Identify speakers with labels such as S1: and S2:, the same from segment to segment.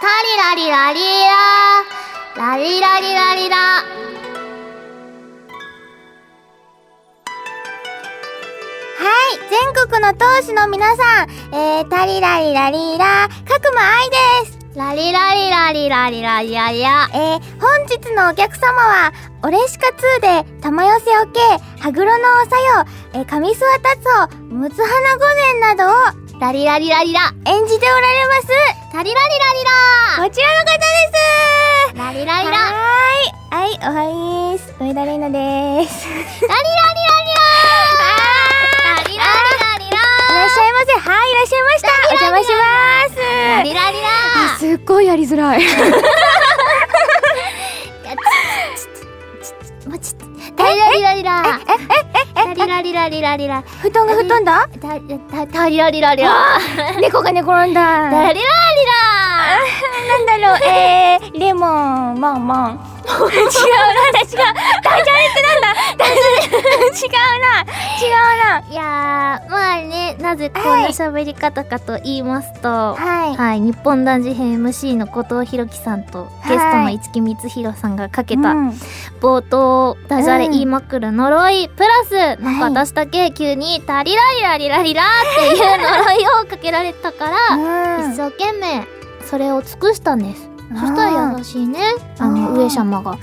S1: タリラリラリララリラリラリラはい全国の当主の皆さんえー、タリラリラリラ角間愛ですラリラリラリラリラリラリラえー、本日のお客様はオレシカ2で玉寄せおけ羽黒のおさよえー、上諏訪達夫ムツ花御膳などをラリラリラリラ演じておられますラリラリラリラ
S2: こちらの方です
S1: ラリラリララ
S2: はーいはいおはいーす上田玲奈ですい
S1: リラリラリララリラリラ
S2: らっしゃいませはいいらっしゃいましたお邪魔します
S1: ラリラリララリ
S2: あすっごいやりづ らい
S1: ラもうちょっとラリラリラリララリラリラリラリラ
S2: 布団が吹っ飛んだ
S1: タタタリラリラリラ
S2: 猫が寝転んだ
S1: ラ
S2: な
S1: リラリラ
S2: んだろう えー、レモンモンモン違うなんだ違うダジャレってなんだダジャレ違うな違うない
S1: やーまあねなぜこんな喋り方かと言いますと、はい
S2: はい
S1: 日本男児編 MC の後藤弘樹さんとゲストの市木光弘さんがかけた
S2: うん
S1: 冒頭ダジャレ
S2: うん
S1: 言いまくる呪いプラス、なんか私だけ急に「タリラリラリラリラ」っていう呪いをかけられたから、
S2: うん
S1: 一生懸命それを尽くしたんです、そしたら優しいねあの
S2: うん
S1: 上様が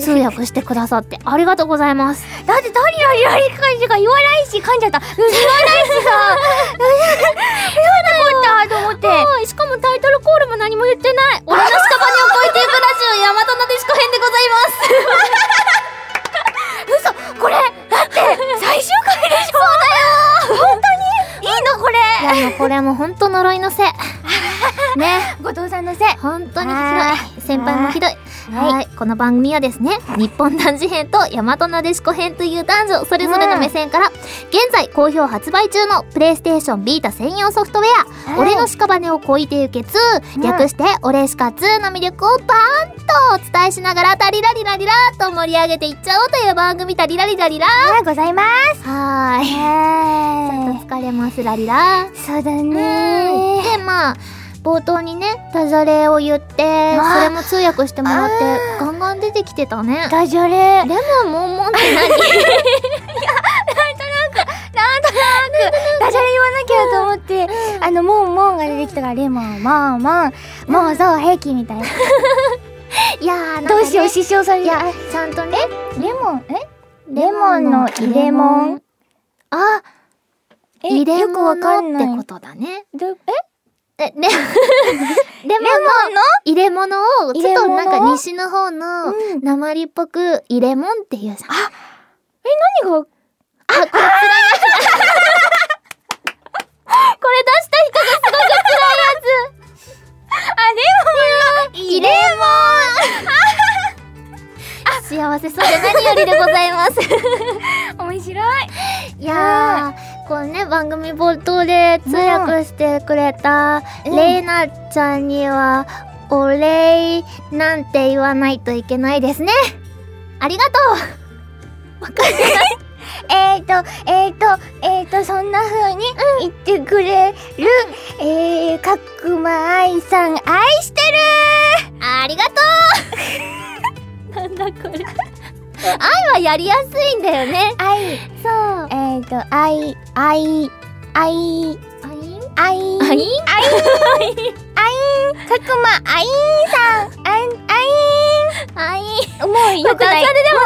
S1: 通訳してくださってありがとうございます
S2: だってダリラリラリ感じが言わないし噛んじゃったうん言わないしさ 言わなかったと思って
S1: はいしかもタイトルコールも何も言ってない俺の屍を超えていくラジオ大和なでしこ編でございます
S2: 嘘 これだって最終回でしょそうだよ本当にいいのこ
S1: い
S2: れ
S1: やもうこれも本当呪いのせいね
S2: 後藤さんのせい
S1: 本当に
S2: は
S1: ひどい先輩もひどい
S2: はい
S1: はいこの番組はですね日本男児編と大和なでしこ編という男女それぞれの目線から、現在好評発売中のプレイステーションビータ専用ソフトウェア「
S2: はい
S1: 俺の屍を超えてゆけ2」
S2: うん
S1: 略して「俺しか2」の魅力をバーンとお伝えしながら「タリラリラリラ」と盛り上げていっちゃおうという番組「タリラリラリラ
S2: あございま」
S1: はーい
S2: す
S1: ちょっと疲れますラリラ
S2: そうだ
S1: うん
S2: ね
S1: でまあ冒頭にねダジャレを言ってそ
S2: わあ
S1: れも通訳してもらっ
S2: あ
S1: てガンガン出てきてたね
S2: ダジャレ
S1: レモンモンモンって何
S2: なんとなくダジャレ言わなきゃと思ってあのモンモンが出てきたからレモンモンモンもうそう平気みたいない
S1: やーなんかね
S2: どうしよう失笑さ
S1: い
S2: れる
S1: や
S2: あ
S1: ちゃんとね
S2: レモンえレモンの入れもんあえ
S1: 入れ
S2: よく
S1: も
S2: わ
S1: ん
S2: かん
S1: の
S2: な
S1: っ
S2: い
S1: てことだね
S2: どえ
S1: え レレモンの入れ物をちょっとなんか西の方の
S2: うん
S1: 鉛っぽく入れもんっていうさ
S2: 何が
S1: あ、これ辛い。これ出した人がすごく辛 いやつ。あ、レモン。入れ もん。幸せそうで何よりでございます。
S2: 面白い
S1: いやー、このね、番組冒頭で通訳してくれた、
S2: うん
S1: レイナちゃんには、お礼なんて言わないといけないですね。ありがとう。わかる。
S2: えーと、えーと、えーと、そんな風に言ってくれる、えー、角間愛さん、愛して
S1: ありがとうなんだこれ愛はやりやすいんだよね
S2: る愛、え
S1: そう愛
S2: ーと、愛、愛、愛、愛、
S1: 愛
S2: 愛、角間愛さん、愛、
S1: 愛
S2: 愛、もう良くない。
S1: ダジャレでも
S2: も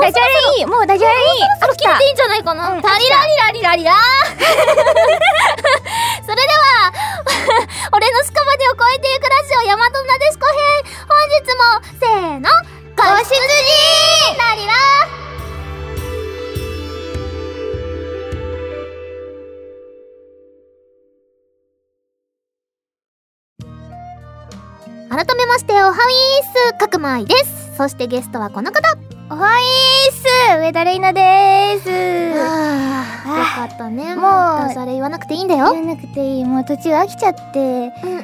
S2: うダジャレいい、もうダジャレいい。
S1: そろ
S2: 飽き
S1: 切ったていいんじゃないかな、
S2: うん
S1: タリラリラリラリラ それでは 俺の屍を超えていくラジオ大和なでしこ編本日もせーのご出陣ラリラ改めましておはウィース角間愛ですそしてゲストはこの方
S2: おはいーす、上田玲奈でーす。
S1: あよかったね
S2: も
S1: も
S2: う
S1: うダジャレ言わなくていいんだよ、
S2: 言わなくていい、もう途中 飽きちゃって。
S1: 呪い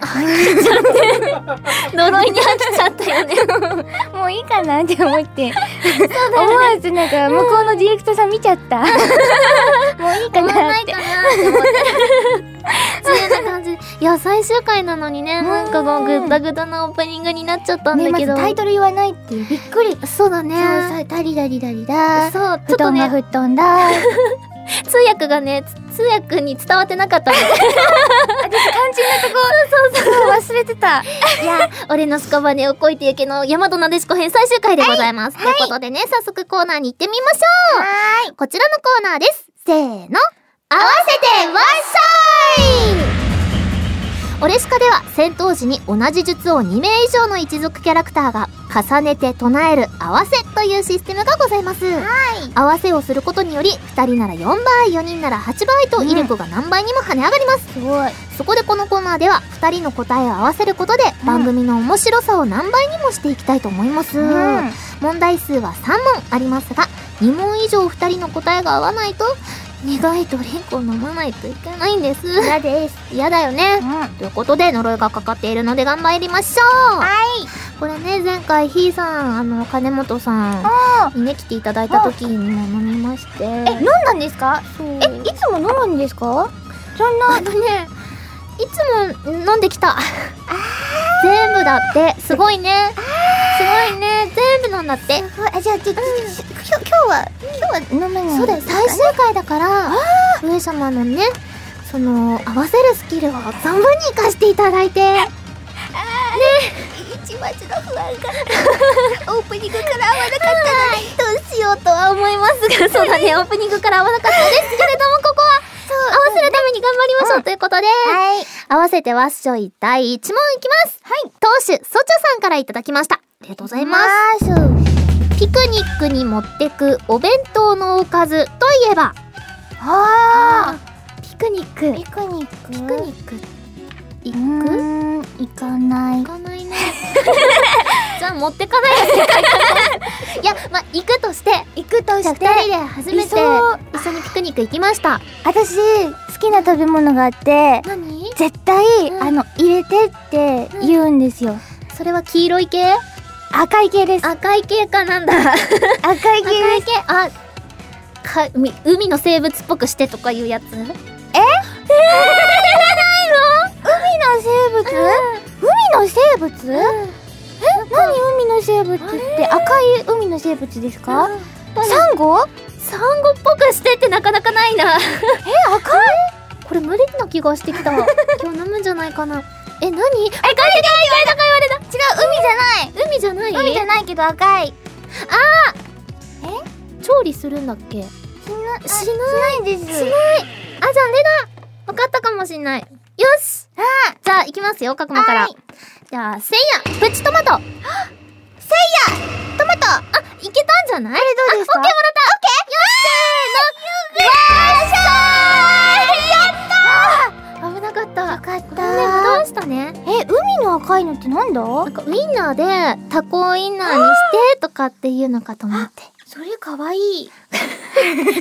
S1: に飽きちゃったよね
S2: もういいかなって思って、思わずなんか向こうのディレクターさん見ちゃったもういいか
S1: 言わ
S2: な
S1: な
S2: っ
S1: い
S2: て
S1: かなって思って そういう感じでいや最終回なのにね
S2: うん
S1: なんかこうグッダグダなオープニングになっちゃったん
S2: ね
S1: だ
S2: ま
S1: け
S2: ず
S1: ど、
S2: タイトル言わないっていうびっくり
S1: そうだね
S2: そうそうダリダリダリだ
S1: そうちょっと
S2: 布団が
S1: ね
S2: 吹っ飛んだ私
S1: 通訳がねつ通訳に伝わってなか ったの
S2: 肝心なとこそうそうそう忘れてたいや
S1: 俺の屍をこいてゆけの大和なでしこ編最終回でございます、ということでね早速コーナーに行ってみましょう
S2: はーい
S1: こちらのコーナーです
S2: せーの
S1: 合わせてワンショイオレシカでは戦闘時に同じ術を2名以上の一族キャラクターが重ねて唱える合わせというシステムがございます
S2: はい
S1: 合わせをすることにより2人なら4倍4人なら8倍と威力が何倍にも跳ね上がります、
S2: すごい
S1: そこでこのコーナーでは2人の答えを合わせることで
S2: ん
S1: 番組の面白さを何倍にもしていきたいと思います、
S2: うん
S1: 問題数は3問ありますが2問以上2人の答えが合わないと苦いドリンクを飲まないといけないんです
S2: 嫌です
S1: 嫌だよね
S2: は
S1: ということで呪いがかかっているので頑張りましょうこれね前回ひーさんあの金本さん
S2: い
S1: にね来ていただいた時にも飲みまして
S2: え飲んだんですか
S1: そう
S2: えいつも飲むんですかそんな
S1: あのねいつも飲んできた全部だってすごいねすごいね全部なんだって
S2: すごいあじゃあちょちょちょ今日今日は今日は飲めない
S1: そうだよ最終回だから上様のねその合わせるスキルを存分に活かしていただいて
S2: 一抹の不安が オープニングから合わなかった のにどうしようとは思います
S1: すぐそうだ ねオープニングから合わなかったですけれどもここは
S2: そう
S1: 合わせるために頑張りましょうということで
S2: はい
S1: 合わせてワッショイ第1問いきますはい当主ソチョさんからいただきましたありがとうございます
S2: すます
S1: ピクニックに持ってくお弁当のおかずといえば
S2: あ
S1: ピクニック
S2: ーピクニックピ
S1: ピクニック
S2: ック行かない
S1: 行かないね じゃあ持ってかない で正解かないやまあ行くとして
S2: 行くと
S1: じゃあ
S2: して
S1: 2人で初めて
S2: そう
S1: 一緒にピクニック行きました
S2: 私好きな食べ物があって
S1: 何
S2: 絶対、
S1: うん
S2: あの入れてって言うんですよ、
S1: それは黄色い系
S2: 赤い系です
S1: 赤い系かなんだ赤
S2: 赤い系
S1: い
S2: です
S1: 系あか海海の生物っぽくしてとかいうやつええー、
S2: 海の生物、海の生物、え何海の生物って赤い海の生物ですか、
S1: うん
S2: サンゴ
S1: サンゴっぽくしてってなかなかないな
S2: え赤い
S1: これ無理な気がして きた今日飲むんじゃないかなえ何赤い系赤い言われた
S2: 違う海じゃない
S1: 海じゃない
S2: 海じゃないけど赤い
S1: 調理するんだっけ
S2: しな
S1: し
S2: ないで
S1: しないあ、じゃああれだ分かったかもしんない。よし
S2: あ
S1: じゃあ、いきますよ、角間から
S2: はい。
S1: じゃあ、せいやプチトマトあ、
S2: せいやトマトあ
S1: いけたんじゃないあれ
S2: どうですか
S1: オッケーもらったオッケーよっせーのわーしょーやったー危なかった。
S2: かっ
S1: ごめんどうしたね
S2: え海の赤いのってなんだ
S1: なんかウインナーでタコウインナーにしてとかっていうのかと思って
S2: それかわいい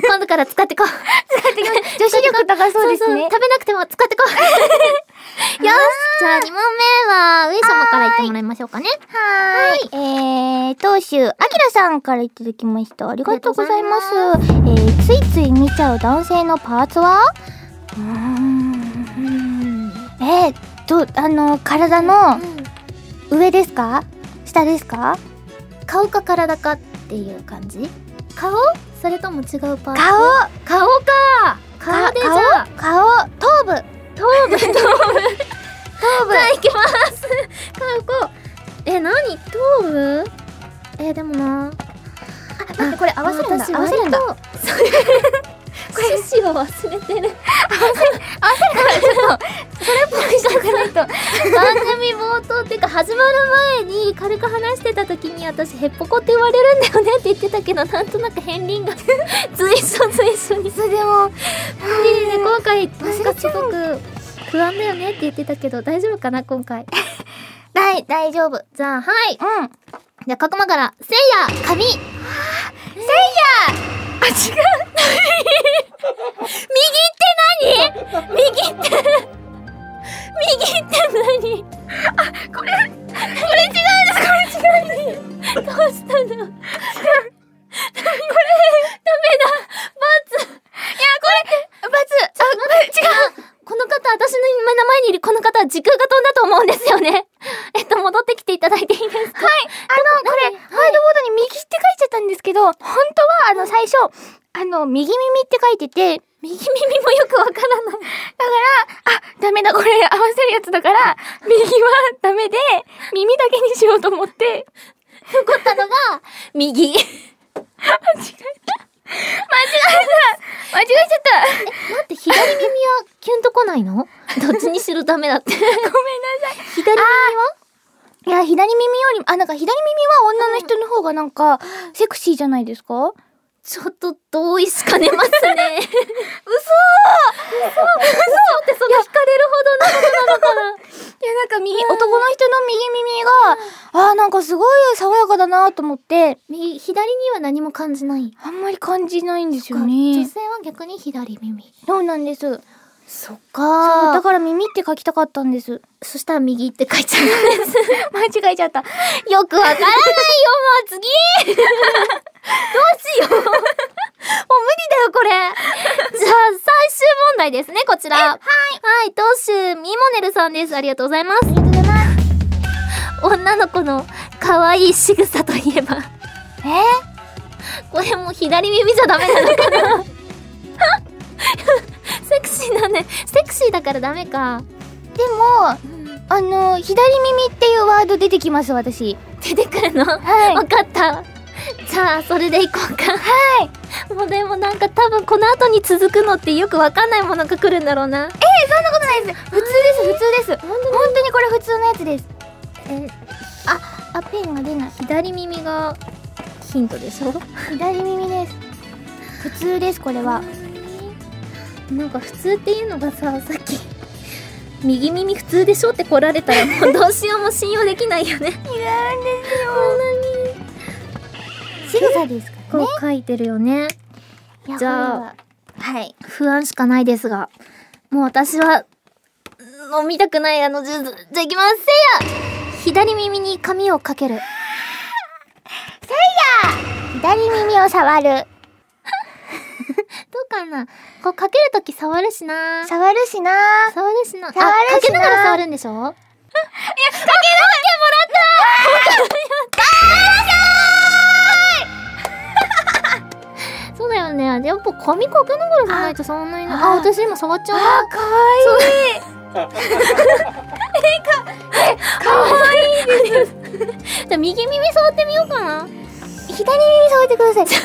S1: 今度から使ってこう
S2: 女子力高そうですね
S1: 食べなくても使って こうよしじゃあ2問目は上様から言ってもらいましょうかね
S2: はーい。えー、当主、あきらさんからいただきました。ありがとうございます。
S1: あ
S2: えー、ついつい見ちゃう男性のパーツはうーん。えー、ど、あの、体の上ですか下ですか
S1: 顔か体かっていう感じ顔それとも違うパーツ
S2: 顔
S1: 顔か顔でじゃあ
S2: 顔頭部
S1: 頭部頭部頭部じゃあいきます顔こうえ何頭部えでもな
S2: あ、待って、これ合わせるんだ。
S1: 私
S2: 合わせるんだ。
S1: 割とそれ趣旨を忘れてる番組冒頭っていうか始まる前に軽く話してた時に私へっぽこって言われるんだよねって言ってたけどなんとなく片鱗 が随所随所に
S2: それでも、
S1: でね今回なん
S2: 忘
S1: か
S2: れ
S1: す
S2: ち
S1: ご
S2: ゃう
S1: く不安だよねって言ってたけど大丈夫かな今 回
S2: 大、大丈夫。 うん。
S1: じゃあはいじゃあ角間からせいや髪せいやあ違う右って何右って右って何これ違うんですこれ違うんですどうしたのこれダメだバツいやこれバツあこれ違うこの方か時空が飛んだと思うんですよね。 えっと、戻ってきていただいていいですか
S2: あの、これ、ホワイトボードに右って書いちゃったんですけど、本当は、あの、最初、あの、右耳って書いてて、
S1: 右耳もよくわからない。
S2: だから、あ、ダメだ、これ合わせるやつだから、右はダメで、耳だけにしようと思って。
S1: 残ったのが、 右。
S2: 間違えちゃっ
S1: だって左耳はキュンとこないの どっちにしろダメだって。ごめんなさい。左耳は
S2: たいや、左耳より、あ、なんか左耳は女の人の方がなんか、セクシーじゃないですか
S1: ちょっと同意しかねますね。嘘嘘 嘘ってその惹かれるほどのことなのかな
S2: いや、なんか右、男の人の右耳が、あーなんかすごい爽やかだなと思って、
S1: 右左には何も感じない。
S2: あんまり感じないんですよ
S1: 女
S2: ね。
S1: 性は逆に左耳。
S2: そうなんです。
S1: そっ
S2: そうだ
S1: か。
S2: から耳って書きたかったんです。
S1: そしたら右って書いちゃうんです。
S2: 間違えちゃった。
S1: よくわからないよ、もう次どう しようもう無理だよ、これ。じゃあ、最終問題ですね、こちら。はい。はい、当主、ミモネルさんです。ありがとうございます。ありがとうございます。女の子の可愛い仕草といえば。えこれもう左耳じゃダメなのかな セクシーだね。セクシーだからダメか。
S2: でも、あの、左耳っていうワード出てきます、私。
S1: 出てくるの
S2: はい
S1: わかった。じゃあ、それでいこうか。はい。もうでもなんか多分この後に続くのってよくわかんないものが来るんだろうな。
S2: そんなことないです。普通です、普通です。本当にこれ普通のやつです。え、あ、あ、ペンが出ない。
S1: 左耳がヒントでしょ
S2: 左耳です。普通です、これは。
S1: なんか普通っていうのがさ、さっき、右耳普通でしょって来られたらもうどうしようも信用できないよね。
S2: 違うんですよ。仕草ですか
S1: こう書いてるよね。
S2: ら。
S1: じゃあ
S2: あ、はい。
S1: 不安しかないですが、もう私は、飲みたくないあのジュース。じゃあ行きますせいや左耳に髪をかける。
S2: 左耳を触る。
S1: どうかなこうかけるとき触るしな
S2: 触るしな
S1: 触るしな
S2: 触る
S1: あかけ
S2: しな
S1: ながら触るんでしょいや、かけながらもらった そうだよね。やっぱ髪かけながらじゃないと触んないな。あ、
S2: あ
S1: 私今触っちゃう
S2: あ、かわいい。
S1: な。じゃあ右耳触ってみようかな。
S2: 左耳触ってく ださい。そう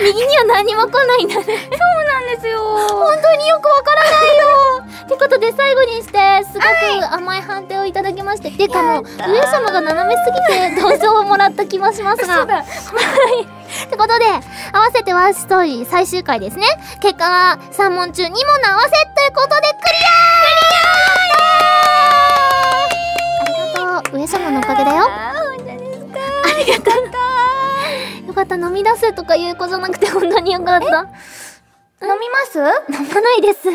S1: 右には何も来ないんだね。
S2: なんですよ。
S1: 本当によくわからないよ。ってことで最後にして、すごく甘い判定をいただきまして、てかあの、
S2: やったー
S1: 上様が斜めすぎて同情をもらった気もします が。
S2: だ。
S1: ってことで、合わせてワーストーリー最終回ですね。結果は3問中2問の合わせということでクリアありがとう。上様のおかげだよ。ありがとう。よかった、飲み出せとかいう子じゃなくて本当によかった。
S2: 飲みます飲むん
S1: 飲
S2: で
S1: まないです。
S2: す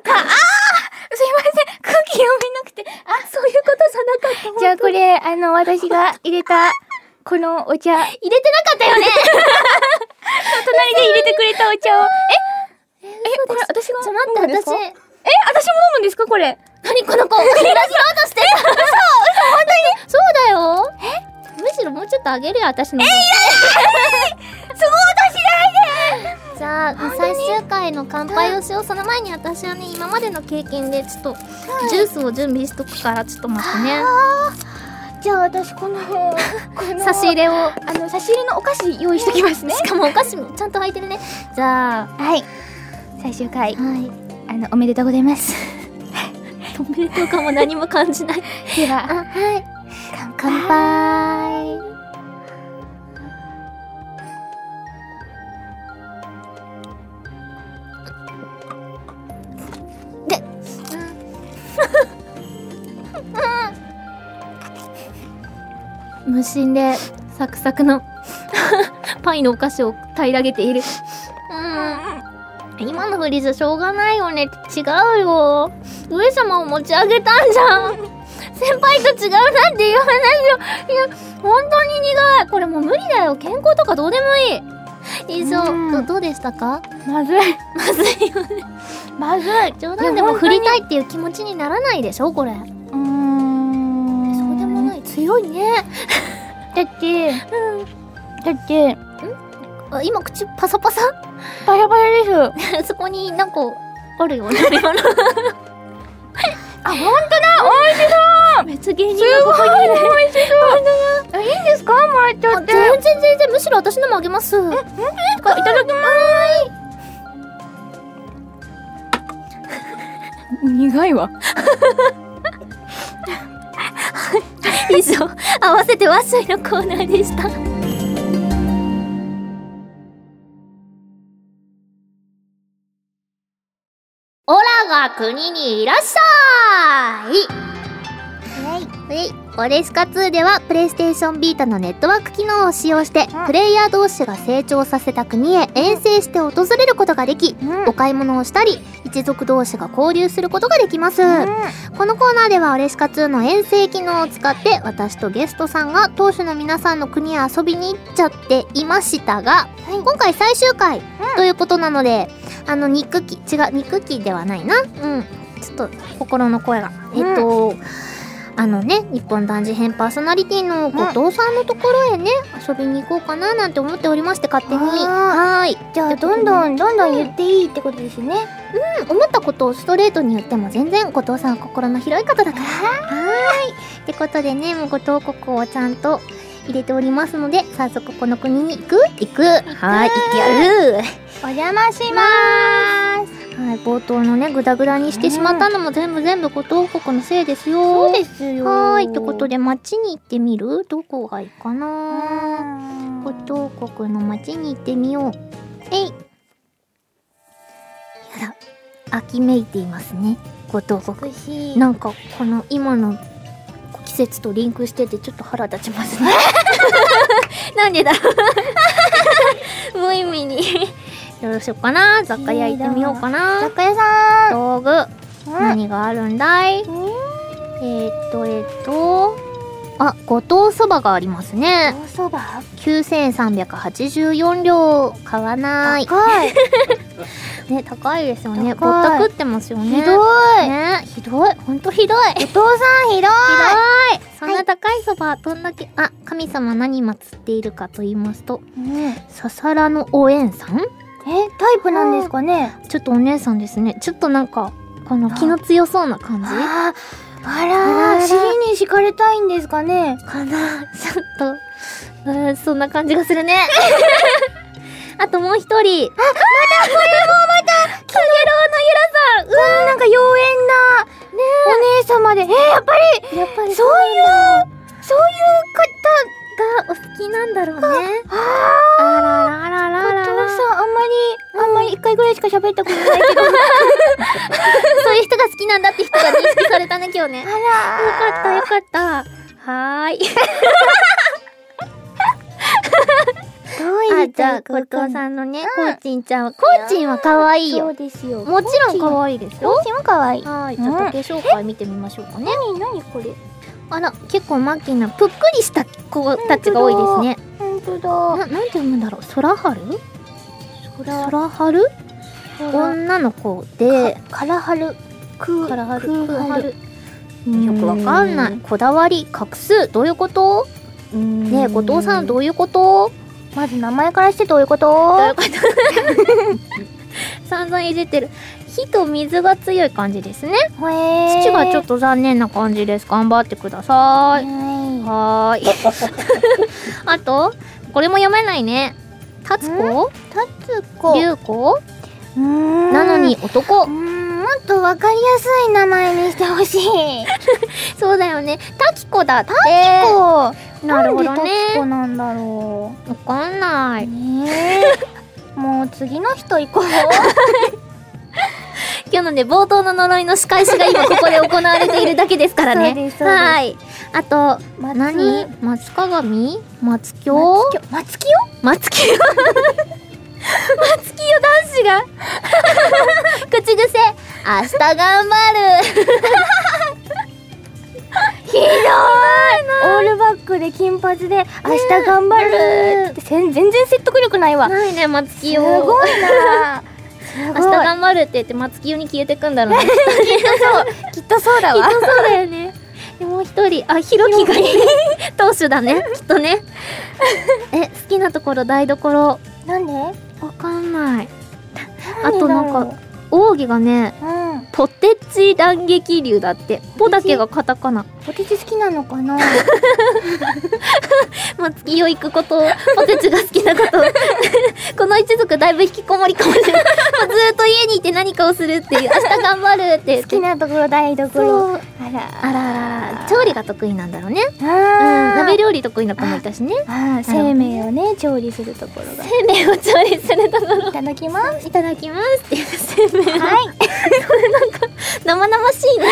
S2: かああすいません。空気読めなくて。
S1: あ、そういうことじゃなかった。
S2: じゃあこれ、あの、私が入れた、このお茶。
S1: 入れてなかったよね。
S2: 隣で入れてくれたお茶を。え
S1: え、
S2: これ私が
S1: ちょ、待
S2: 飲む
S1: っ
S2: ん
S1: て、
S2: ですか
S1: 私。
S2: え、私も飲むんですかこれ。
S1: 何この子裏切ろうとしてる嘘嘘本当にそうだよえむしろもうちょっとあげるよ私のえいらないそうだしないでじゃあ最終回の乾杯をしようその前に私はね今までの経験でちょっとジュースを準備しとくからちょっと待ってね
S2: じゃあ私 この、この
S1: 差し入。れを
S2: あの、差し入れのお菓子用意してきますね
S1: し。かもお菓子もちゃんと入ってるねじゃあ
S2: はい。最終回、
S1: はい
S2: あの、おめでとうございます。
S1: おめでとうかも何も感じない
S2: では
S1: あ、はい乾杯無心でサクサク のパイのお菓子を平らげているうん今のフリーズしょうがないよね違うよ上様を持ち上げたんじゃん先輩と違うなんていう話をいや本当に苦いこれもう無理だよ健康とかどうでもいい以上
S2: うん
S1: どどうでしたか
S2: まずい。
S1: まずいよね
S2: まずい
S1: 冗談でも振りたいっていう気持ちにならないでしょこれそう
S2: うーん
S1: でもない強いね
S2: だって、だって
S1: あ今口パサパ サ
S2: バラバラです
S1: そこになんかあるよ ね
S2: あ本当だ美味しそ
S1: 別
S2: う
S1: 芸人
S2: す
S1: がここ
S2: ご
S1: に
S2: い美味しそういいんですかもらっちゃ
S1: あ
S2: って
S1: 全然全然むしろ私のもあげます
S2: いただきまーす苦いわ
S1: 以上合わせてワッショイのコーナーでしたオラが国にいらっしゃいはい、オレスカ2ではプレイステーションビータのネットワーク機能を使用して、
S2: うん
S1: プレイヤー同士が成長させた国へ遠征して訪れることができ、
S2: うん
S1: お買い物をしたり一族同士が交流することができます、
S2: う
S1: このコーナーではオレシカ2の遠征機能を使って私とゲストさんが当初の皆さんの国へ遊びに行っちゃっていましたが、今回最終回ということなので、あの肉機違う肉機ではないなうんちょっと心の声が、
S2: うん
S1: えっとあのね日本男児編パーソナリティの後藤さんのところへね遊びに行こうかななんて思っておりまして勝手には
S2: あ
S1: ーい
S2: じゃあどんどんどんどん言っていいってことですね
S1: 思ったことをストレートに言っても全然後藤さんは心の広い方だから。はーい。ってことでね、もう後藤国をちゃんと入れておりますので、早速この国に行く行くはーい、行ってや
S2: お邪魔し
S1: る
S2: ま
S1: ますはい、冒頭のね、グダグダにしてしまったのも全部全部後藤国のせいですよ。
S2: そうですよ
S1: はーい、ってこと
S2: で
S1: で街に行ってみるどこがいいかな後藤国の街に行ってみよう。えい。やだ、秋めいていますね、後藤国。
S2: 美味しい
S1: なんかこの今の季節とリンクしててちょっと腹立ちますね。 なん でだろう無意味に。どうしようかな雑貨屋行ってみようかな
S2: 雑貨屋さん
S1: 道具、何があるんだいえー、っとえーっと。あ、五島そばがありますね。
S2: おそば
S1: 9384両買わない。
S2: 高い
S1: ね、高いですよね。ぼ
S2: 高
S1: っ
S2: い
S1: たくってますよね。
S2: ひどい
S1: ね、ひどい。ほんとひどい。
S2: お父さんひどい
S1: ひどいそんな高いそば、どんだけ、あ、神様何祀っているかと言いますと、
S2: ね
S1: ささらのおえんさん
S2: えタイプなんですかね
S1: ちょっとお姉さんですね。ちょっとなんか、この
S2: あ
S1: 気の強そうな感じか
S2: あーあ
S1: あ
S2: ら
S1: ら
S2: ら尻に敷かれたいんですかね
S1: なちょっと、うーんそんな感じがす るね。あともう一人。あ、またこれもまた、キゲロウのゆらさんうわ
S2: あなんか妖艶なお姉様でえー、やっぱり
S1: やっぱり
S2: そういうそういう方
S1: がお好きなんだろうね。
S2: あ
S1: あらららら
S2: あお
S1: らら。
S2: 父さんあんまりあんまり一回ぐらいしか喋ったことない けど
S1: そういう人が好きなんだって人が認識されたね、今日ね。よ
S2: あ
S1: かったよかった。はーい。
S2: どうい
S1: あ、
S2: う
S1: じゃあ、
S2: タ
S1: 後
S2: イプか
S1: 藤
S2: な
S1: さんのね、コーチンちゃんは、コーチンは可愛い
S2: そ
S1: よ
S2: う。ですよ
S1: もちろん可愛いですよ
S2: こ。っちも可愛い
S1: はい、
S2: うん
S1: じゃあ、時計紹介見てみましょうかね。
S2: 何何これ
S1: あら、結構マッキーな、ぷっくりした子たちが多いですね。
S2: 本当
S1: な、
S2: だ
S1: なんて読むんだろう、空春空春女の子で、
S2: カラハルク
S1: 空春、空春。
S2: 春
S1: よくわかんない。こだわり、画数、どういうことね
S2: ね
S1: え、後藤さん、どういうこと
S2: まず名前からしてどういうこと
S1: どういうこと散々いじってる火と水が強い感じですね
S2: 土
S1: 土がちょっと残念な感じです頑張ってください
S2: は
S1: はーいあとこれも読めないね立子
S2: いつこ
S1: 龍子
S2: な
S1: なのに
S2: う
S1: 男
S2: ーんもっとわかりやすい名前にしてほしい
S1: そうだよね滝子だって
S2: こう
S1: なるほどね
S2: なんでタツコなんだろ
S1: わかんな
S2: う
S1: い
S2: ねえもう次の人行こ う
S1: 今日のね冒頭の呪いの仕返しが今ここで行われているだけですから
S2: そう
S1: ね
S2: ですそうです
S1: はーいあと
S2: 松
S1: 何松鏡松京
S2: 松きょ松きよ
S1: 松木よ 松木よ男子が 口癖明日頑張る
S2: ひどいオールバックで金髪で明日頑張るってせん全然説得力ないわ
S1: ないね松木
S2: す
S1: よ
S2: ごいな明
S1: 明日頑張るって言って松清に消えてくんだろうね
S2: きっとそうだわ
S1: そうだよねでもう一人あひろきが当主だ ねきっとねえ好きなところ台所
S2: なんで
S1: わかんない
S2: あ
S1: あとなんか奥義がね
S2: うん
S1: ポテチ乱撃流だってポだけがカタカナ
S2: ポテチ 好きなのかな
S1: 松清行くことポテチが好きなこと この一族だいぶ引きこもりかもし れないもうずっと家にいて何かをするっていう明日頑張るって言って
S2: 好きなところ台所
S1: そう
S2: あら
S1: あらあらあら調理が得意なんだろうねうん
S2: あー
S1: 鍋料理得意な子もいたしね
S2: あー生命をね調理するところが
S1: 生命を調理するところ
S2: いただきます
S1: いただきますっていう生命の
S2: はい
S1: 生々しいね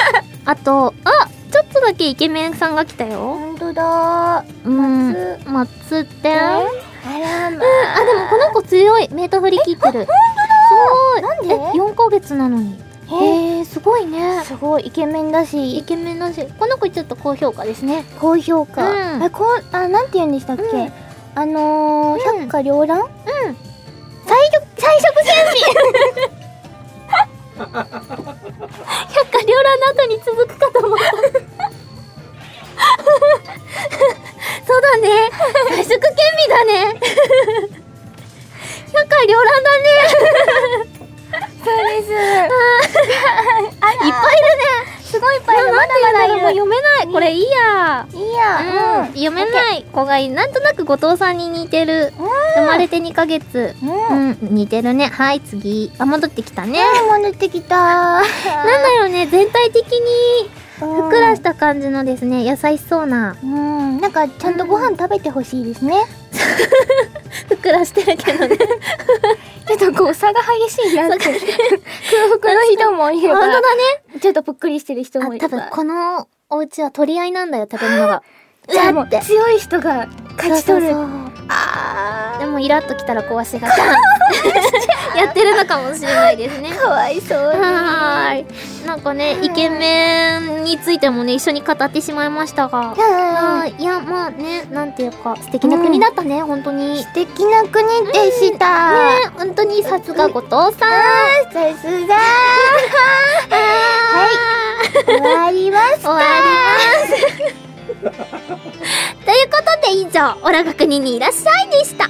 S1: あとあちょっとだけイケメンさんが来たよ
S2: 本当だ
S1: うん
S2: 松
S1: 松ってあ
S2: あらま
S1: でもこの子強いメータ振り切ってる
S2: なん
S1: え
S2: で
S1: 4ヶ月なのに
S2: え
S1: えー、すごいね
S2: すごいイケメンだ
S1: イ
S2: し
S1: ケメンだしこの子ちょっと高評価ですね
S2: 高評価、
S1: うん
S2: えこんあなんて言うんでしたっけ、
S1: うん
S2: あのー、
S1: うん
S2: 百花繚乱
S1: うん
S2: 菜食菜食戦士
S1: 百花繚乱の後に続くかと思ったそうだね退職権利だね百花繚乱だね
S2: そうです
S1: いっぱいいるね
S2: すごいいっぱいいるまだまだ
S1: なんて言うんだ
S2: いる
S1: ろうもう読めないこれいいや
S2: いいや
S1: うん、読めない子がいいなんとなく後藤さんに似てる
S2: うん
S1: 生まれて2ヶ月
S2: うん、
S1: う
S2: うん
S1: ん、似てるねはい次あ戻ってきたね
S2: あ戻って きた
S1: なんだろうね全体的にふ
S2: ふ
S1: っくらした感じのですね優しそうな
S2: うんなんかちゃんとご飯食べてほしいですね、
S1: ふっくらしてるけどね
S2: ちょっとこう差が激しいなって空腹の人もい れ
S1: 本当
S2: ば
S1: だね
S2: ちょっとぷっくりしてる人もい
S1: 多
S2: れ
S1: 分
S2: ば
S1: このお家は取り合いなんだよ食べ物 が
S2: じゃあも
S1: だっ
S2: う
S1: て
S2: 強い人が勝ち取る
S1: そうそうそう
S2: あ
S1: でもイラッときたら壊しが やってるのかもしれないです ね
S2: かわいそうに
S1: はーい。なんかね、
S2: はい
S1: イケメンについてもね、一緒に語ってしまいましたが。
S2: は
S1: はーい。いや、まあね、なんていうか、素敵な国だったね、本当
S2: い
S1: に。ね
S2: 素敵な国でした、
S1: 本当にさすが後藤さん。
S2: さすがはい終わりまし
S1: 終わります。ということで以上、オラが国にいらっしゃいでした。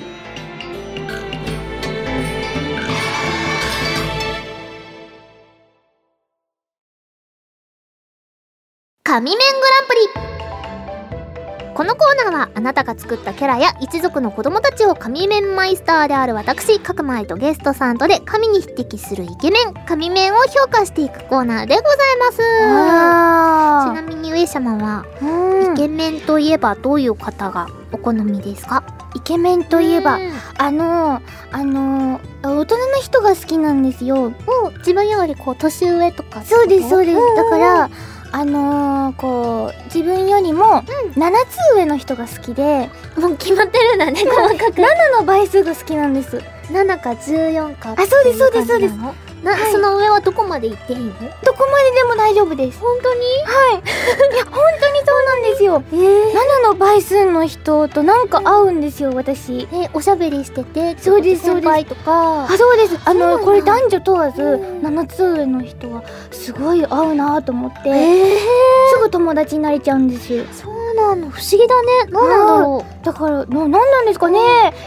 S1: 神面グランプリこのコーナーはあなたが作ったキャラや一族の子供たちを神面マイスターである私角前とゲストさんとで神に匹敵するイケメン神面を評価していくコーナーでございますちな
S2: た
S1: みに上様は、
S2: うん
S1: イケメンといえばどういう方がお好みですか
S2: イケメンといえば
S1: うん
S2: あのあの大人の人が好きなんです
S1: も
S2: よ
S1: う自分よりこう年上とか
S2: そうですそうです
S1: んん
S2: だからあのー、こう自分よりも7つ上の人が好きで
S1: もう決まってるんだね細かく
S2: 7の倍数が好きなんです
S1: 7か14か
S2: あそうですそうですそうです
S1: な、その上はどこまで行っていいの
S2: どこまででも大丈夫です
S1: 本当に
S2: いや本当にそうなんですよ
S1: えー
S2: 7の倍数の人となんか合うんですよ私
S1: えおしゃべりしてて
S2: そうです
S1: 先輩とか
S2: あそうですあ
S1: そうな
S2: の
S1: んだ
S2: これ男女問わず
S1: うん
S2: 7つ上の人はすごい合うなと思って、
S1: え
S2: すぐ友達になれちゃうんですよ
S1: ー、そうなの不思議だね何なんだろう
S2: だからななんなんですかね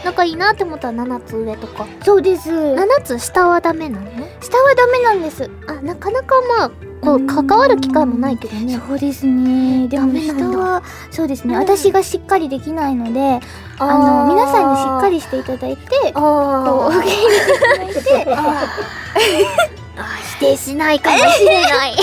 S1: 仲いいなって思ったら7つ上とか
S2: そうです下
S1: 7つ下はダメなの
S2: はダメなんです
S1: あなかなかまあこ
S2: う
S1: うん関わる機会もないけどね
S2: そうですねで
S1: ダ
S2: も
S1: メなんだ
S2: 下はそうですね、
S1: うん
S2: 私がしっかりできないのであ
S1: ー
S2: の皆さんにしっかりしていただいてこ
S1: あ
S2: う受け入れていただいて
S1: 否定しないかもしれない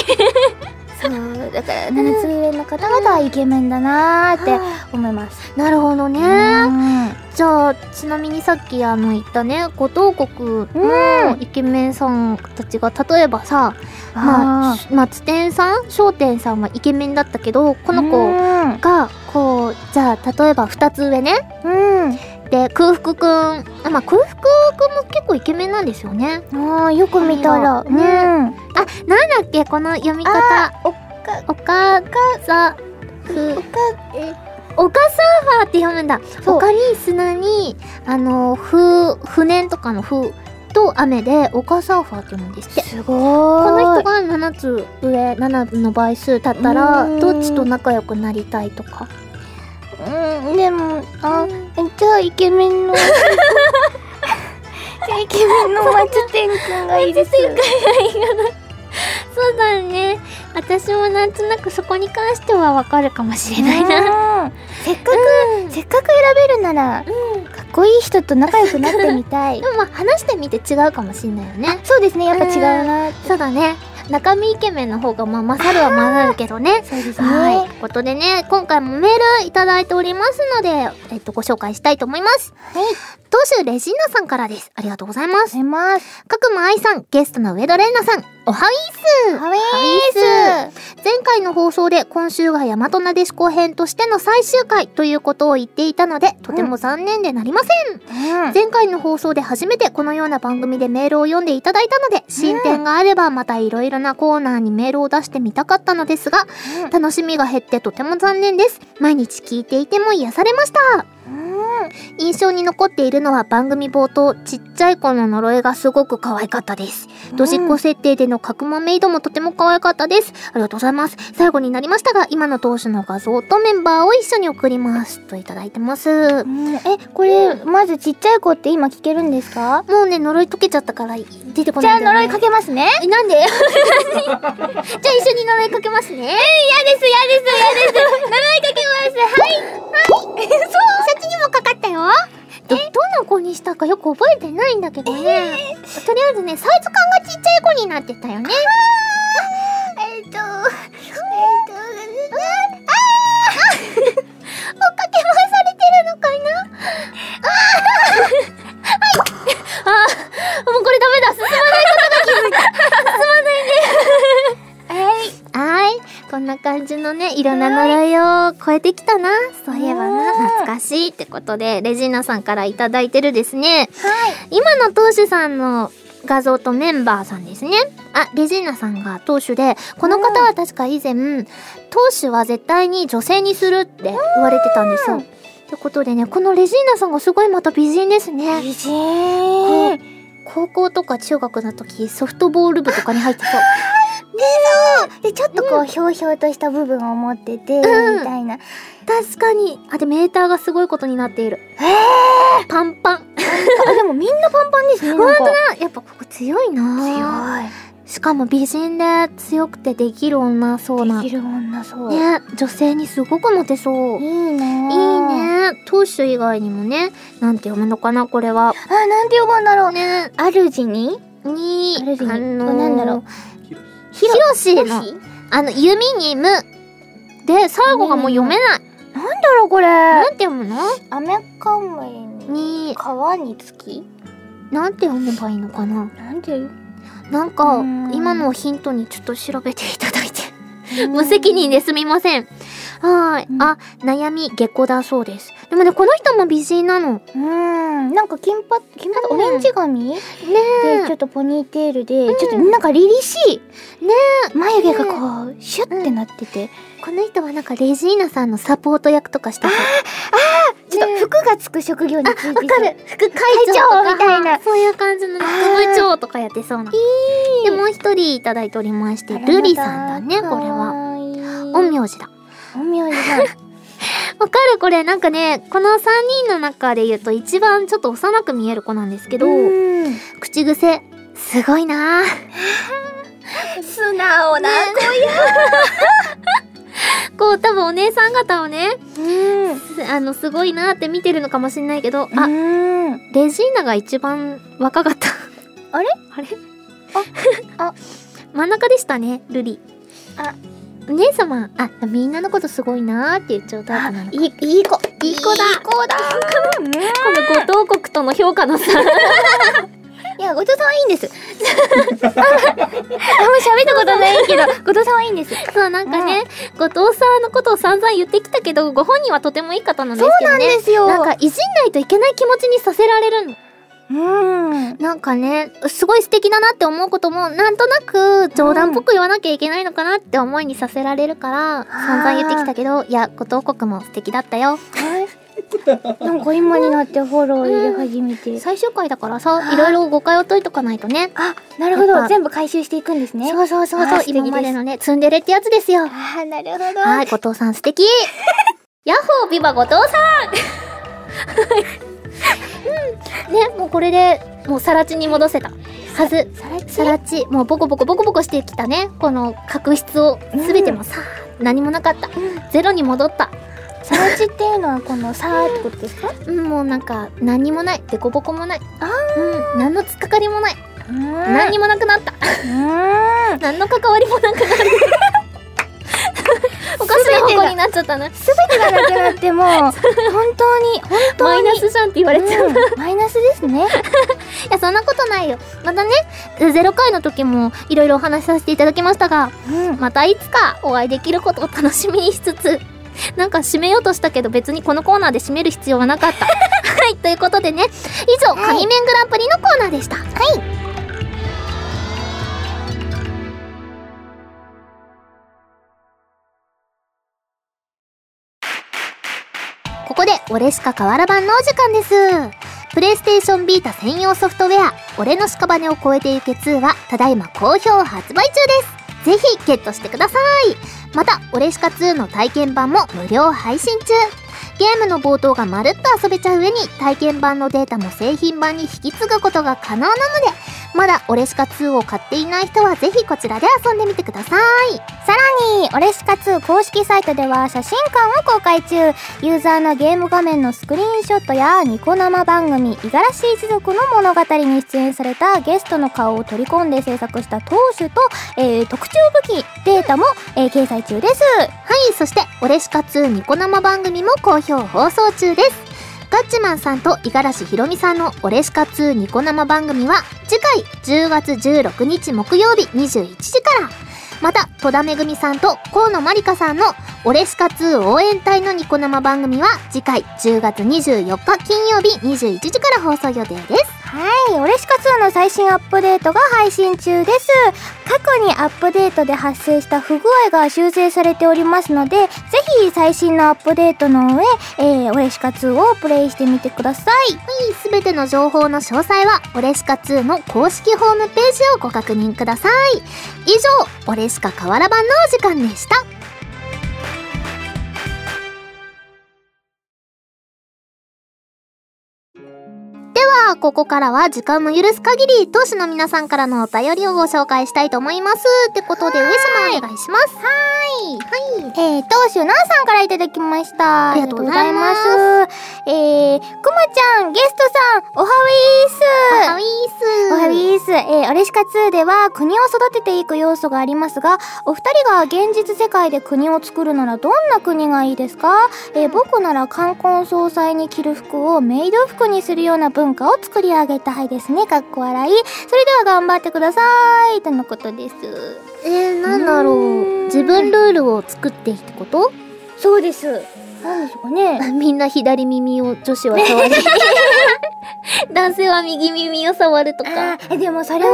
S2: そうだから7つ上の方々はイケメンだなーって思います。
S1: なるほどね
S2: うん
S1: じゃあちなみにさっきあの言ったね五島国のイケメンさんたちが例えばさ、まあ
S2: あ
S1: し松天さん商店さんはイケメンだったけどこ
S2: こ
S1: の子がこうじゃあ例えば2つ上ね
S2: うん、うん
S1: で空腹くんあまあ空腹くんも結構イケメンなんですよね
S2: あーよく見たら
S1: ねあなんだっけこの読み方
S2: お
S1: お
S2: か
S1: かさふ
S2: おかえ
S1: おかサーファーって読むんだ
S2: そう
S1: おかに砂にあのふ不念とかのふと雨でお母サーファーって言うんですって
S2: すごーい。
S1: この人が7つ上7の倍数だったら
S2: うん
S1: どっちと仲良くなりたいとか
S2: うん、でも、あ、じゃあイケメン の。じゃあイケメンの松天くんがいいです。
S1: そうだね私もなんとなくそこに関してはわかるかもしれないな
S2: うんせっかく、せっかく選べるなら、かっこいい人と仲良くなってみたい
S1: で。もまあ話してみて違うかもしれないよね
S2: そうですね、 やっぱ違うな。
S1: そうだね中身イケメンの方がまあ勝るは勝るけどね
S2: そうです
S1: はい。ということでね、今回もメールいただいておりますので、えっと、ご紹介したいと思います。はい。当主レジーナさんからです。ありがとうございます。
S2: 出ます。
S1: 各間愛さん、ゲストの上田玲奈さん、おはイース
S2: ハウ
S1: ハ
S2: ェ
S1: ウイ
S2: イ
S1: ース前回の放送で今週が大和なでしこ編としての最終回ということを言っていたので、とても残念でなりません。
S2: ース
S1: 前回の放送で初めてこのような番組でメールを読んでいただいたので、進展があればまたいろいろなコーナーにメールを出してみたかったのですが、楽しみが減ってとても残念です。毎日聞いていても癒されました。印象に残っているのは番組冒頭、ちっちゃい子の呪いがすごく可愛かったです。ドジっ子設定での角間メイドもとても可愛かったです。ありがとうございます。最後になりましたが、今の当主の画像とメンバーを一緒に送ります。といただいてます。
S2: うんえ、これ、まずちっちゃい子って今聞けるんですか
S1: もうね、呪い解けちゃったから出てこ
S2: じ
S1: な
S2: ゃ
S1: い
S2: あ
S1: んだよね、
S2: 呪いかけますね。
S1: えなんで じゃあ一緒に呪いかけますね。えー、嫌です、嫌です、嫌です。呪いかけます。はい。はい。そう。そっちにもかかったよ。ど、どの子にしたかよく覚えてないんだけどね。とりあえずね、サイズ感がちっちゃい子になってたよね。えっと、えっと、あーあー追っかけ回されてるのかいなあーはい。あーもうこれダメだ。進まないことがはい。こんな感じのね、いろんな呪いを超えてきたな。そういえばな、懐かしいってことで、レジーナさんからいただいてるですね。今の当主さんの画像とメンバーさんですね。あ、レジーナさんが当主で、この方は確か以前、当主は絶対に女性にするって言われてたんですよ。ってことでね、このレジーナさんがすごいまた美人ですね。こ
S2: 美人
S1: う高校とか中学の時、ソフトボール部とかに入ってそう。
S2: で、ちょっとこう、ひょうひょうとした部分を持ってて、み
S1: うん
S2: たいな。
S1: 確かにあでメーターがすごいことになっているパンパン
S2: あ、でもみんなパンパンですね。
S1: 本当
S2: だ
S1: だやっぱここ強いなしかも美人で強くてできる女そう
S2: 強。
S1: ないね
S2: できる女そう。
S1: 女性にすごくモテそう
S2: い
S1: いい
S2: いね。。
S1: ね当主以外にもねなんて読むのかなこれは
S2: あ、なんて呼ぶんだろう。
S1: ね
S2: 主に
S1: に
S2: あれでいい
S1: あのー、
S2: なんだろう
S1: ひろし
S2: な
S1: の
S2: んだ
S1: あの弓に「む」で最後がもう読めない
S2: ろうこれ。
S1: なんて読むの
S2: アメカムリに
S1: に
S2: 川につき
S1: なんて読めばいいのかな
S2: なんていう
S1: なんか
S2: うん
S1: 今のをヒントにちょっと調べていただいて無責任ですみませんはーい
S2: うん
S1: あ悩み下戸だそうですでもねこの人も美人なのね
S2: うんなんか金髪金髪
S1: う
S2: オ
S1: ん
S2: レンジ髪でちょっとポニーテールでちょっとなんか凛々しい
S1: ね
S2: 眉毛がこうシュッてなってて
S1: この人はなんかレジーナさんのサポート役とかしたそう
S2: ちょっと服がつく職業についてわかる
S1: 副会
S2: 長とか
S1: そういう感じの副部長とかやってそうなでもう一人いただいておりましてルリさんだねこれは陰
S2: は
S1: 陽師だ
S2: おみおじさん
S1: わかるこれなんかねこの3人の中で言うと一番ちょっと幼く見える子なんですけど
S2: うん
S1: 口癖すごいなぁ
S2: 素直な
S1: こう多分お姉さん方をね
S2: うん
S1: すあのすごいなって見てるのかもしれないけど、
S2: あ
S1: あレジーナが一番若かった
S2: あれ
S1: あれ
S2: ああ
S1: 真ん中でしたねルリ
S2: あ
S1: お姉様あみんなのことすごいなって言っちゃうタイプなのか
S2: いいいい子
S1: いい子だ
S2: いい子だ
S1: この五島国との評価の差
S2: いや、後藤さんはいいんです。あんま喋ったことないけど、後藤さんはいいんです。
S1: そうなんかね、後藤さんのことを散々言ってきたけどご本人はとてもいい方なんですけどね
S2: すよ
S1: なんかいじんないといけない気持ちにさせられるの
S2: うん。
S1: なんかね、すごい素敵だなって思うことも、なんとなく冗談っぽく言わなきゃいけないのかなって思いにさせられるから、散々言ってきたけど、いや、五島国も素敵だったよ。
S2: なんか今になってフォロー入れ始めて。
S1: 最終回だからさいろいろ誤解を解いとかないとね
S2: あ、なるほ
S1: やっ
S2: ど。
S1: ぱ
S2: 全部回収していくんですね。
S1: そうそうそう
S2: あ
S1: そう
S2: ー素敵です
S1: 今までのねツンデレってやつですよ
S2: ああ、なるほど。
S1: はい後藤さん素 敵ヤッホービバ後藤さん うんねもうこれでもうさらちに戻せたはず
S2: さらち
S1: さらちもうボコボコボコボコしてきたねこの確執を全てもさ、何もなかった、ゼロに戻った
S2: さらちっていうのはこのさーってことですか
S1: うんもうなんか何にもないデコボコもないうん、何のつっかかりもない、何
S2: 何
S1: にもなくなった
S2: うん。
S1: 何の関わりもなく なるおかしな方向になっちゃったな
S2: すべてがなくなっても、 本当に、本当
S1: マイ
S2: に。
S1: ナスじゃんって言われちゃう、い
S2: うんマイナスですね。
S1: やそんなことないよまたねゼロ回の時もいろいろお話しさせていただきましたが
S2: うん。
S1: またいつかお会いできることを楽しみにしつつなんか締めようとしたけど別にこのコーナーで締める必要はなかったはいということでね以上「
S2: はい
S1: 神面グランプリ」のコーナーでしたはいここで「俺しか変わら版」のお時間ですプレイステーションビータ専用ソフトウェア「俺の屍を超えてゆけ2」はただいま好評発売中ですぜひゲットしてくださいまた「オレシカ2」の体験版も無料配信中ゲームの冒頭がまるっと遊べちゃう上に体験版のデータも製品版に引き継ぐことが可能なのでまだ「オレシカ2」を買っていない人はぜひこちらで遊んでみてください
S2: さらに、オレシカ2公式サイトでは写真館を公開中。ユーザーのゲーム画面のスクリーンショットやニコ生番組、五十嵐一族の物語に出演されたゲストの顔を取り込んで制作した投手と、えー特注武器、データも、えー掲載中です。
S1: はい、そして、オレシカ2ニコ生番組も好評放送中です。ガッチマンさんと五十嵐ひろみさんのオレシカ2ニコ生番組は、次回10月16日木曜日21時から、また、戸田恵ぐみさんと河野まりかさんのオレシカ2応援隊のニコ生番組は、次回10月24日金曜日21時から放送予定です。
S2: はい、オレシカ2の最新アップデートが配信中です。過去にアップデートで発生した不具合が修正されておりますので、ぜひ最新のアップデートの上、えー、オレシカ2をプレイしてみてください。
S1: すべての情報の詳細は、オレシカ2の公式ホームページをご確認ください。以上、オレシカ河原版のお時間でした。では、ここからは時間の許す限り、当主の皆さんからのお便りをご紹介したいと思います。ってことで、上様お願いします。はい。はい。
S2: えー、当主なンさんからいただきました。
S1: ありがとうございます
S2: ありがとうございます。えー、くまちゃん、ゲストさん、おはウィース
S1: ハウィース。
S2: おはウィース、えー、オレシカ2では国を育てていく要素がありますが、お二人が現実世界で国を作るならどんな国がいいですか、えー、僕なら冠婚葬祭に着る服をメイド服にするような文化を作り上げたいですね。かっこ笑い。それでは頑張ってください。とのことです。
S1: えー、なんだろ
S2: うーん
S1: う。自分ルールを作っていくこと
S2: そうです。なんでしょうかね。
S1: みんな左耳を女子は触る。男性は右耳を触るとか。
S2: あーえでもそれは、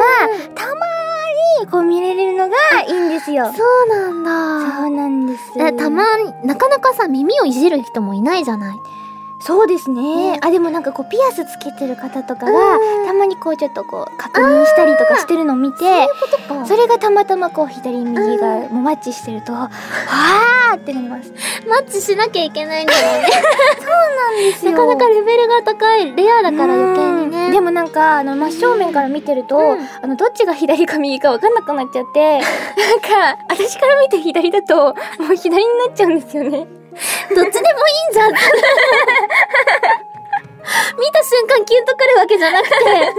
S2: たまーにこう見れるのがいいんですよ。
S1: そうなん
S2: そ
S1: だ。
S2: うなんです。
S1: えたまに、なかなかさ、耳をいじる人もいないじゃない。
S2: そうですね。
S1: ね
S2: あ、でもなんかこうピアスつけてる方とかが
S1: う、ん
S2: たまにこうちょっとこう確認したりとかしてるのを見て、
S1: ことか
S2: それがたまたまこう左右が
S1: う
S2: もうマッチしてると、わーってなります。
S1: マッチしなきゃいけないんだろうね。
S2: な
S1: なかなかレベルが高い、レアだ
S2: だ
S1: から余計にね。
S2: でもなんか、あの、真正面から見てると、
S1: うん
S2: あの、どっちが左か右か分かんなくなっち ゃって、なんか、私から見て左だと、もう左になっちゃうんですよね。
S1: どっちでもいいんじゃん。見た瞬間キュンとくるわけじゃなくて、自分のや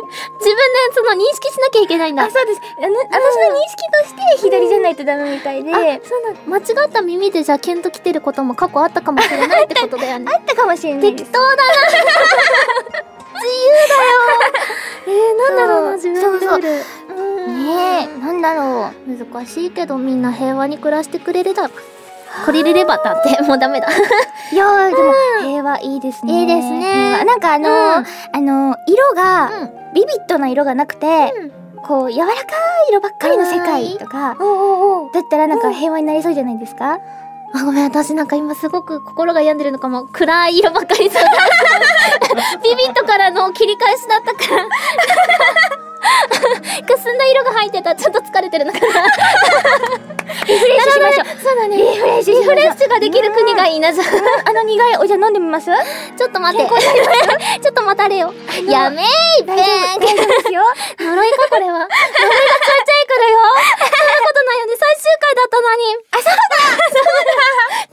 S1: つの認識しなきゃいけないんだ
S2: あ、。そうです。あの、私の認識として左じゃないとダメみたいで、
S1: あそうなの間違った耳でじゃあキュンときてることも過去あったかもしれないってことだよね
S2: あったかもしれないで
S1: 適
S2: す。
S1: 当だな自由だよえー、なんだろうな自
S2: そう
S1: 分のルール
S2: ねえ、なんだろう。
S1: ね難しいけどみんな平和に暮らしてくれればこれれればだってもうダメだ
S2: いやーでも、平和いいですね。
S1: いいですね
S2: 平和なんかあのーあのー色が、
S1: う
S2: ビビッドな色がなくて、
S1: ん
S2: こう、柔らかい色ばっかりの世界とか、
S1: おうおうおう
S2: だったらなんか平和になりそうじゃないですか
S1: あ、ごめん、私なんか今すごく心が病んでるのかも。暗い色ばっかりそうだ。 ビビットからの切り返しだったから。くすんだ色が入ってた。ちょっと疲れてるのかな。リフレッシュしましょう。そうだね。リフレッシュリフレッシュができる国がい いな、じゃあ。
S2: あの苦いお茶飲んでみます
S1: ちょっと待って。ちょっと待たれよ。やめい、べーん。
S2: 大丈 夫ですよ。
S1: 呪いか、これは。呪いがちっちゃいからよ。そんなことないよね。最終回だったのに。あ、 そうだ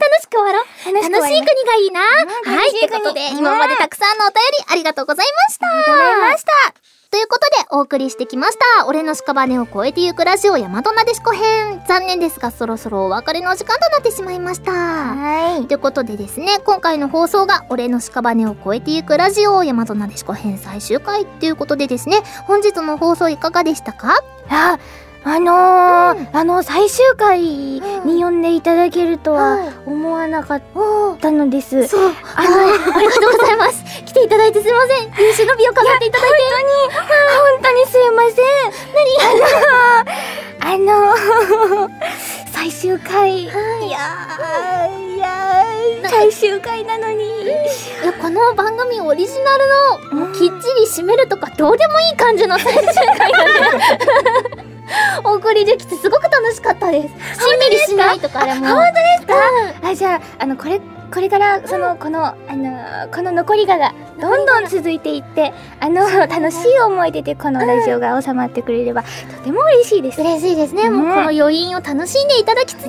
S1: 楽しく終わろ
S2: 楽しく終
S1: う。
S2: わ
S1: 楽し
S2: り
S1: い
S2: ま
S1: 国がいいな。
S2: う
S1: は
S2: ん
S1: い、
S2: 楽し
S1: っ
S2: い
S1: て
S2: 国
S1: ことで、
S2: うん
S1: 今までたくさんのお便りありがとうございました。ありがとうございました。ということで、お送りしてきました。俺の屍を越えてゆくラジオ、大和なでしこ編。残念ですが、そろそろお別れのお時間となってしまいました。
S2: はい。
S1: ということでですね今回の放送が「俺の屍を越えてゆくラジオ大和なでしこ編」最終回ということでですね本日の放送いかがでしたか
S2: あ、あのー、あの、最終回に呼んでいただけると
S1: はい
S2: は思わなかったのです。
S1: そうあのありがとうございます 来ていただいてすいません優秀の美を飾っていただいて
S2: 本当にすいません。何あのー、あのー、最終回。いやー、いやー、最終回なのに。
S1: いやこの番組オリジナルのもうきっちり締めるとかどうでもいい感じの最終回がねお送りできてすごく楽しかったですしんみりしないとかあれも
S2: 本当ですか、あ、じゃあ、あの、これ、これから、その、この、あのー、この残りがが、どんどん続いていって、あの、楽しい思い出でこのラジオが収まってくれれば、とても嬉しいです。
S1: 嬉しいですね。もうこ
S2: ね
S1: の余韻を楽しんでいただきつつ、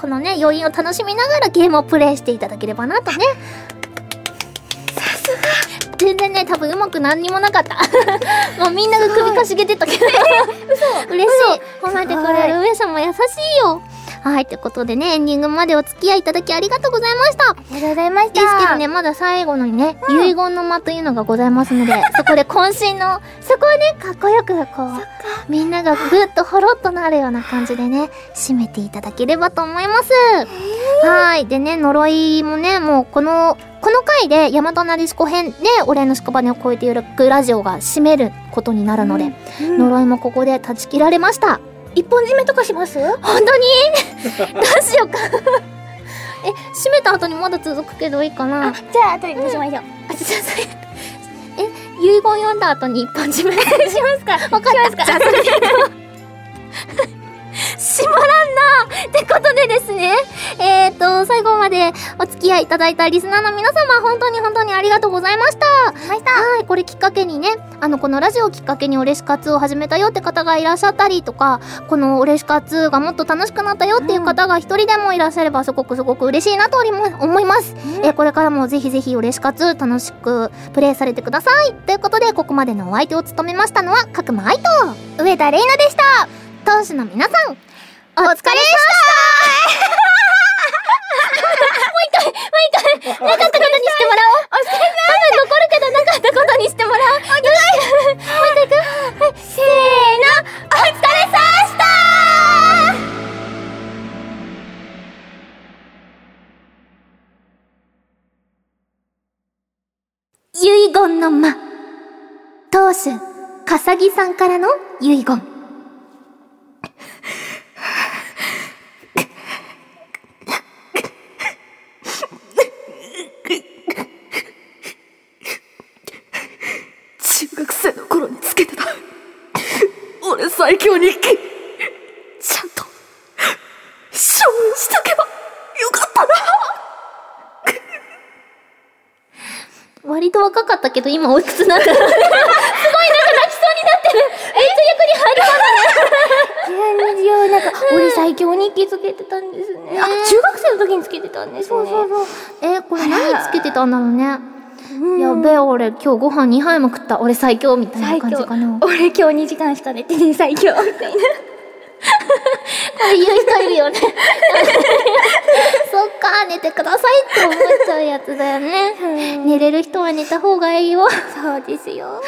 S1: このね、余韻を楽しみながらゲームをプレイしていただければなとね。さすが全然ね、多分うまく何にもなか った。もうみんなが首かしげてたけど。嘘嬉しい。褒めてくれる上様優しいよ。はい、ということでね、エンディングまでお付き合いいただきありがとうございました。
S2: ありがとうございまし
S1: で
S2: た。
S1: すけどね、まだ最後のにね、遺言の間というのがございます ので、そこで渾身の、そこはね、かっこよく、こう、みんながぐっとほろっとなるような感じでね、締めていただければと思います。はい。でね、呪いもね、もうこの、この回で、大和なでしこ編で、お礼の屍を越えてゆくラジオが締めることになるので、
S2: うん
S1: 呪いもここで断ち切られました。
S2: 一本締めとかします
S1: 本当に どうしようか。え、締めた後にまだ続くけどいいかな
S2: あ、じゃあ、後でどうしまし
S1: あ、ち
S2: ょう。
S1: ょっと待ってえ、遺言読んだ後に一般締めしますか わかった。じゃあ、それで閉まらんなってことでですね、えっ、ー、と、最後までお付き合いいただいたリスナーの皆様、本当に本当にありがとうございました。はい、これきっかけにね、あの、このラジオをきっかけにオレシカツを始めたよって方がいらっしゃったりとか、このオレシカツがもっと楽しくなったよっていう方が一人でもいらっしゃれば、すごくすごく嬉しいなとおりも思います。えーこれからもぜひぜひ嬉しかつ楽しくプレイされてくださいということでここまでのお相手を務めましたのは角間愛と上田玲奈でした当主の皆さん お疲れ様でしたもう一回もう一回なかったことにしてもらおう多分残るけどなかったことにしてもらおうお願いもう一回いくせーのお疲れ様でした遺言の間当主笠木さんからの遺言
S3: 中学生の頃につけてた俺最強日記ちゃんと処分しとけばよかったな
S1: 割と若かったけど今おいくつなんだすごいなんか泣きそうになってるめっちゃ役に入
S2: いや、なんか、俺最強日記つけてたんですね。あ、中学生の時につけてたんですね。そうそうそ
S1: り
S2: う。
S1: ますえこれ何つけてたんだろうね
S2: ん
S1: やべえ俺今日ご飯2杯も食った俺最強みたいな
S2: 最
S1: 感じ
S2: 強
S1: かな。
S2: 俺今日2時間しか寝てねえ最 強みたいな。
S1: 言う人いるよねそっか寝てくださいって思っちゃうやつだよ ね寝れる人は寝た方がいいよ
S2: そうで すよ。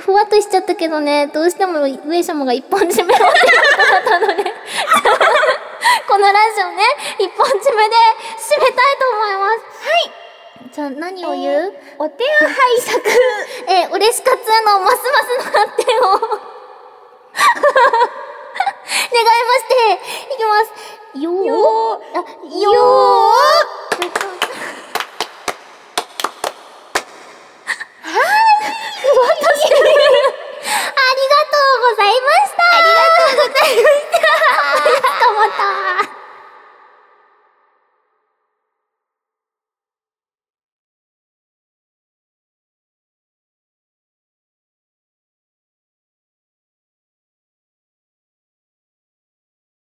S1: ふわっとしちゃったけどね、どうしても上様が一本締 めをってことだったので、このラジオね、一本締めで締めたいと思います。はい。じゃあ何を言う、
S2: お手を拝借。
S1: えー、嬉しかつのますますの発展を。 願いましていきますよーあよ ーありがとうございましたありがとうございました 捕まった